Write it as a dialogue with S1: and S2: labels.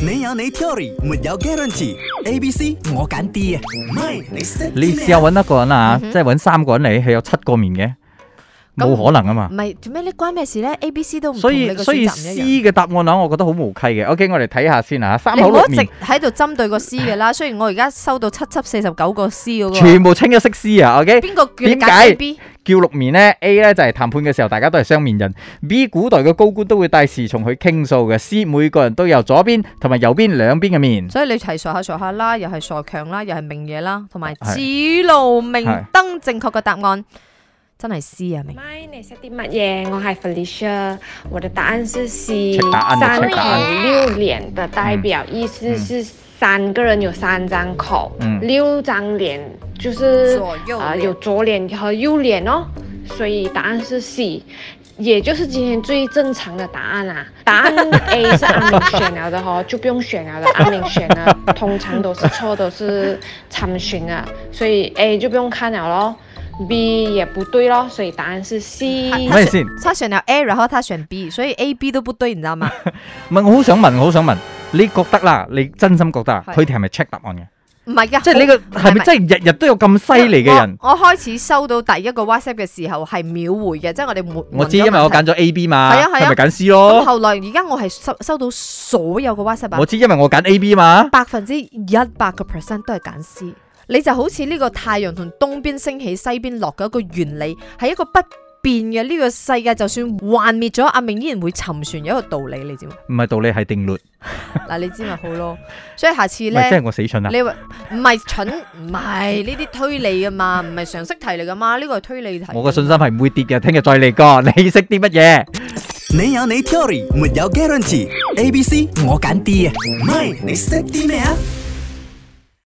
S1: 你有你 theory，沒有 guarantee。A、B、C 我揀 D 啊，唔係你識啲
S2: 你
S1: 咩
S2: 試下揾一個人啊，
S3: 嗯哼
S2: 即係揾三個人嚟，係有七個面嘅，
S3: 咁
S2: 冇可能啊嘛。
S3: 唔係做咩？你關咩事咧？A、B、C 都唔
S2: 所
S3: 同你
S2: 以
S3: 個
S2: 所
S3: 選
S2: 以
S3: 擇唔
S2: C
S3: 一樣。
S2: 嘅答案啊，我覺得好無稽嘅。OK，我哋睇下先啊，三
S3: 你
S2: 口
S3: 唔好
S2: 六
S3: 一直
S2: 面
S3: 喺度針對個 C 嘅啦。雖然我而家收到七七四十九個 C 嗰個，
S2: 全部清一色 C 啊。OK，
S3: 邊個叫你
S2: 點解
S3: 揀 A、B？
S2: 叫六面咧，A 咧就係談判嘅時候大家都係雙面人，B 古代嘅高官都會帶侍從去傾訴嘅，C 每個人都有左邊同埋右邊兩邊嘅面。
S3: 所以你係傻下傻下啦，又係傻強啦，又係明嘢啦，同埋
S2: 係
S3: 指路明
S2: 係
S3: 燈，正確嘅答案真係 C 啊，明。
S4: My 你識啲乜嘢？我係 Felicia，我的答案是 C，
S2: check 答案
S4: 三
S2: ，check 答案嗯
S4: 口六臉的代表，意思是三个人有三张口，
S2: 嗯
S4: 六张臉就是
S3: 左右
S4: 啊、
S3: 臉
S4: 有左臉和右臉哦，所以答案是 C。也就是今天最正常的答案啦、啊答案 A 是阿明選了的哦， 就不用選了的。阿明選了，通常都是錯，都是參選的，所以 A 就不用看了咯。B 也不對咯，所以答案是 C。
S2: 睇下先，
S3: 啊他選了 A，然後他選 B，所以 A、B 都不對，你知道嗎？
S2: 唔係，我好想問，我好想問，你覺得啦，你真心覺得啊
S3: 係
S2: 佢哋係咪 check 答案嘅？
S3: 唔係噶，
S2: 即係你個係
S3: 唔
S2: 咪 真係日日都有咁犀利嘅人？
S3: 我？我開始收到第一個 WhatsApp 嘅時候係秒回嘅，即係我哋每
S2: 我知，因為我揀。咗 A、B 嘛，
S3: 係啊係啊
S2: 係咪揀 C
S3: 咁
S2: 咯？
S3: 後來而家我係收收到所有嘅 WhatsApp 啊
S2: 哦我。知，因為我揀 A、B 嘛。
S3: 百分之一百個 percent 都係揀 C。你就好似呢個太陽同東邊升起、西邊落嘅一個原理，係一個不變嘅呢、個世界。就算幻滅咗，阿明依然會沉船，有一個道理，你 知嘛？
S2: 唔係道理係定律，唔
S3: 嗱，你知咪好咯。所以下次呢，
S2: 係真係我死蠢啦！啊
S3: 你話唔係蠢，唔係呢啲推理噶嘛，唔係常識題嚟噶嘛，呢個係推理題。
S2: 我個信心係唔會跌嘅，聽日再嚟過。你識啲乜嘢？
S1: 你有你 theory，沒有 guarantee。A、B、C 我揀 D 啊，唔係你識啲咩啊？